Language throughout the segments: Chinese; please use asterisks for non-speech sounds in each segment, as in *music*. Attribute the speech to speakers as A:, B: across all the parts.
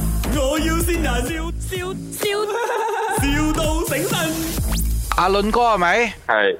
A: 要先人，笑笑笑，, *laughs* 笑到醒神。
B: 阿伦哥系咪？
C: 系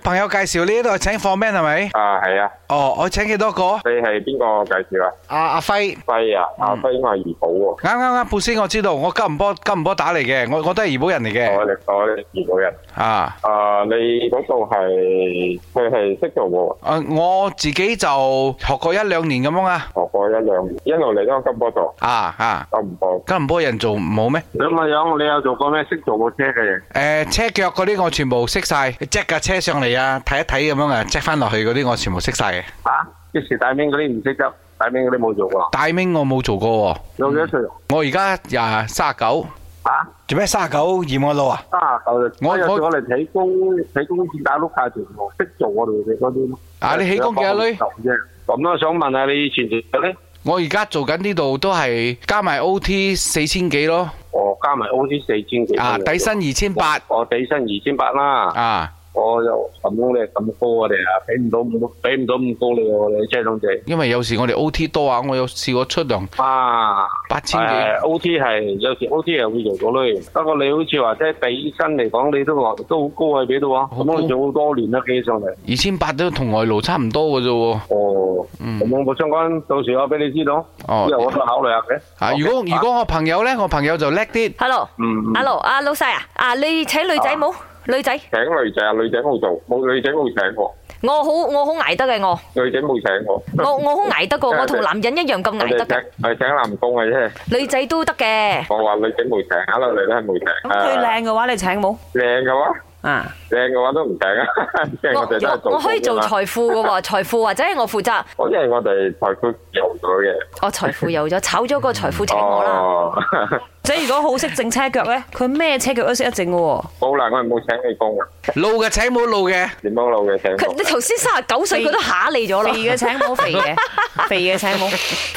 B: 朋友介紹呢度請貨 man 係咪？
C: 啊，系啊，
B: 哦，我請幾多個？
C: 你系边个介绍啊？
B: 阿阿輝，
C: 辉啊，阿辉应该系怡宝喎，
B: 啱啱啱布先我知道，我吉唔波吉唔波打嚟嘅，我我都係怡保人嚟
C: 我
B: 嘅，
C: 哋我哋怡保人。
B: 啊，
C: 啊，你嗰度系佢系识做喎，
B: 誒我自己就學過一兩年咁樣啊，
C: 学过一兩年，一路嚟都喺金波度，
B: 啊啊，
C: 金唔波。
B: 吉唔波人做唔好咩？
C: 咁嘅樣，你有做過咩識做過車嘅嘢？
B: 誒、車腳嗰啲我全部識晒，即架車上嚟啊，睇一睇咁樣啊，即翻落去嗰啲我全部識晒嘅。
C: 啊，即時大兵嗰啲唔識得，大兵嗰啲冇做過。
B: 大明我冇做過喎，
C: 有幾多歲？
B: 我而家廿三十九，
C: 啊，
B: 做咩三十九嫌我老啊？
C: 三啊九歲。
B: 嗯我
C: 我有
B: 我
C: 做過嚟睇工，睇工錢打碌下條路，識做我哋嗰啲咯。
B: 啊你起工幾多女
C: 啫？咁我想問下你以前做咧？
B: 我而家做緊呢度都係加埋 OT 四千幾咯。
C: 我加埋 O T 四千幾。
B: 啊，底薪二千八
C: 我底薪二千八啦。
B: 啊，
C: 我又咁你咁高我哋啊，俾唔到咁俾唔到咁高你喎，你車東仔。
B: 因為有時我哋 O T 多啊，我有試過出糧
C: 啊，
B: 八千
C: 係
B: 幾，
C: O T 係有時 O T 係會做到咧，不過你好似話即係底薪嚟講，你都話都好高啊，俾到啊，
B: 好
C: 咁
B: 高
C: 我哋做好多年啦，企上嚟。
B: 二千八都同外勞差唔多嘅啫喎。
C: 哦，咁我冇相關，到時我俾你知道，
B: 嗯哦
C: 之後我都考慮下嘅。哦
B: 啊，如果如果我朋友咧，我朋友就叻啲，
D: Hello，
C: 嗯，嗯。
D: Hello，啊老细啊，啊你請女仔冇？女仔，
C: 請女仔啊，女仔冇做，冇女仔冇請我，
D: 我好我好捱得嘅我，
C: 女仔冇請我，
D: 我我好捱得
C: *laughs*
D: 過，我同男人一樣咁
C: 我
D: 捱
C: 哋
D: 得嘅，
C: 請係請男工嘅啫，
D: 女仔都得嘅。
C: 我話女仔冇請，考慮你都係冇請。
E: 咁佢靚嘅話，你請冇
C: 靚嘅話。
E: 啊？
C: 靚嘅話都唔定啊，即係
D: 我
C: 我哋都係
D: 我
C: 做
D: 我可以做
C: 工㗎嘛，
D: 財富嘅喎， *laughs* 財富或者係我負責，
C: 我因為我哋財富有咗嘅。
D: 我財富有咗，炒咗個財富請
C: Ờ.
D: 我啦。
C: 哦， *laughs*
E: 即係如果好識整車腳咧，佢咩車腳都識得整嘅喎。
C: 好難，我係冇請你工啊，
B: 老嘅請冇老嘅，
C: 點樣老嘅請
D: 佢
C: 工
D: *laughs* 你？頭先三十九歲，佢都嚇你咗
E: 肥
D: 啦。
E: 嘅請冇，肥 *laughs* 嘅肥嘅請冇，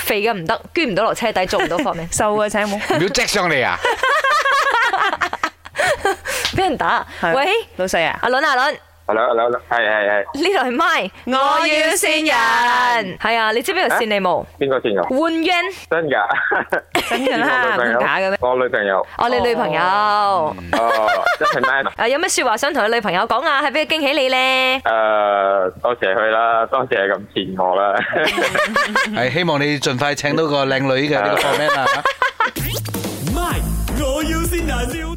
D: 肥嘅唔得，捐唔到落車底，做唔到方
E: *laughs*
D: 面，
E: 瘦嘅請冇。
B: 唔要即上嚟啊！
D: 俾人打。
E: 係
D: 喂，
E: 老細啊，
D: 阿倫阿倫。
C: 係啦係啦係啦，係係係，
D: 呢度系咪？
E: 我要線人
D: 系啊，你知邊度線你冇？
C: 邊個先㗎？
D: 換 van
C: 真㗎，
E: 真嘅啦，
C: 邊個
E: 唔
C: 女
E: 係假嘅咩？
C: 我女朋友，
D: 我你女朋友。
C: 哦，真係 man 啊！
D: 啊，有咩说話想同你女朋友講啊？係俾佢驚喜你咧？
C: Ờ, 誒，多謝佢啦，多謝咁賤我啦。
B: 係希望你盡快請到個靚女嘅呢個貨 man 啊！
A: 咪，我要先人，笑 *laughs*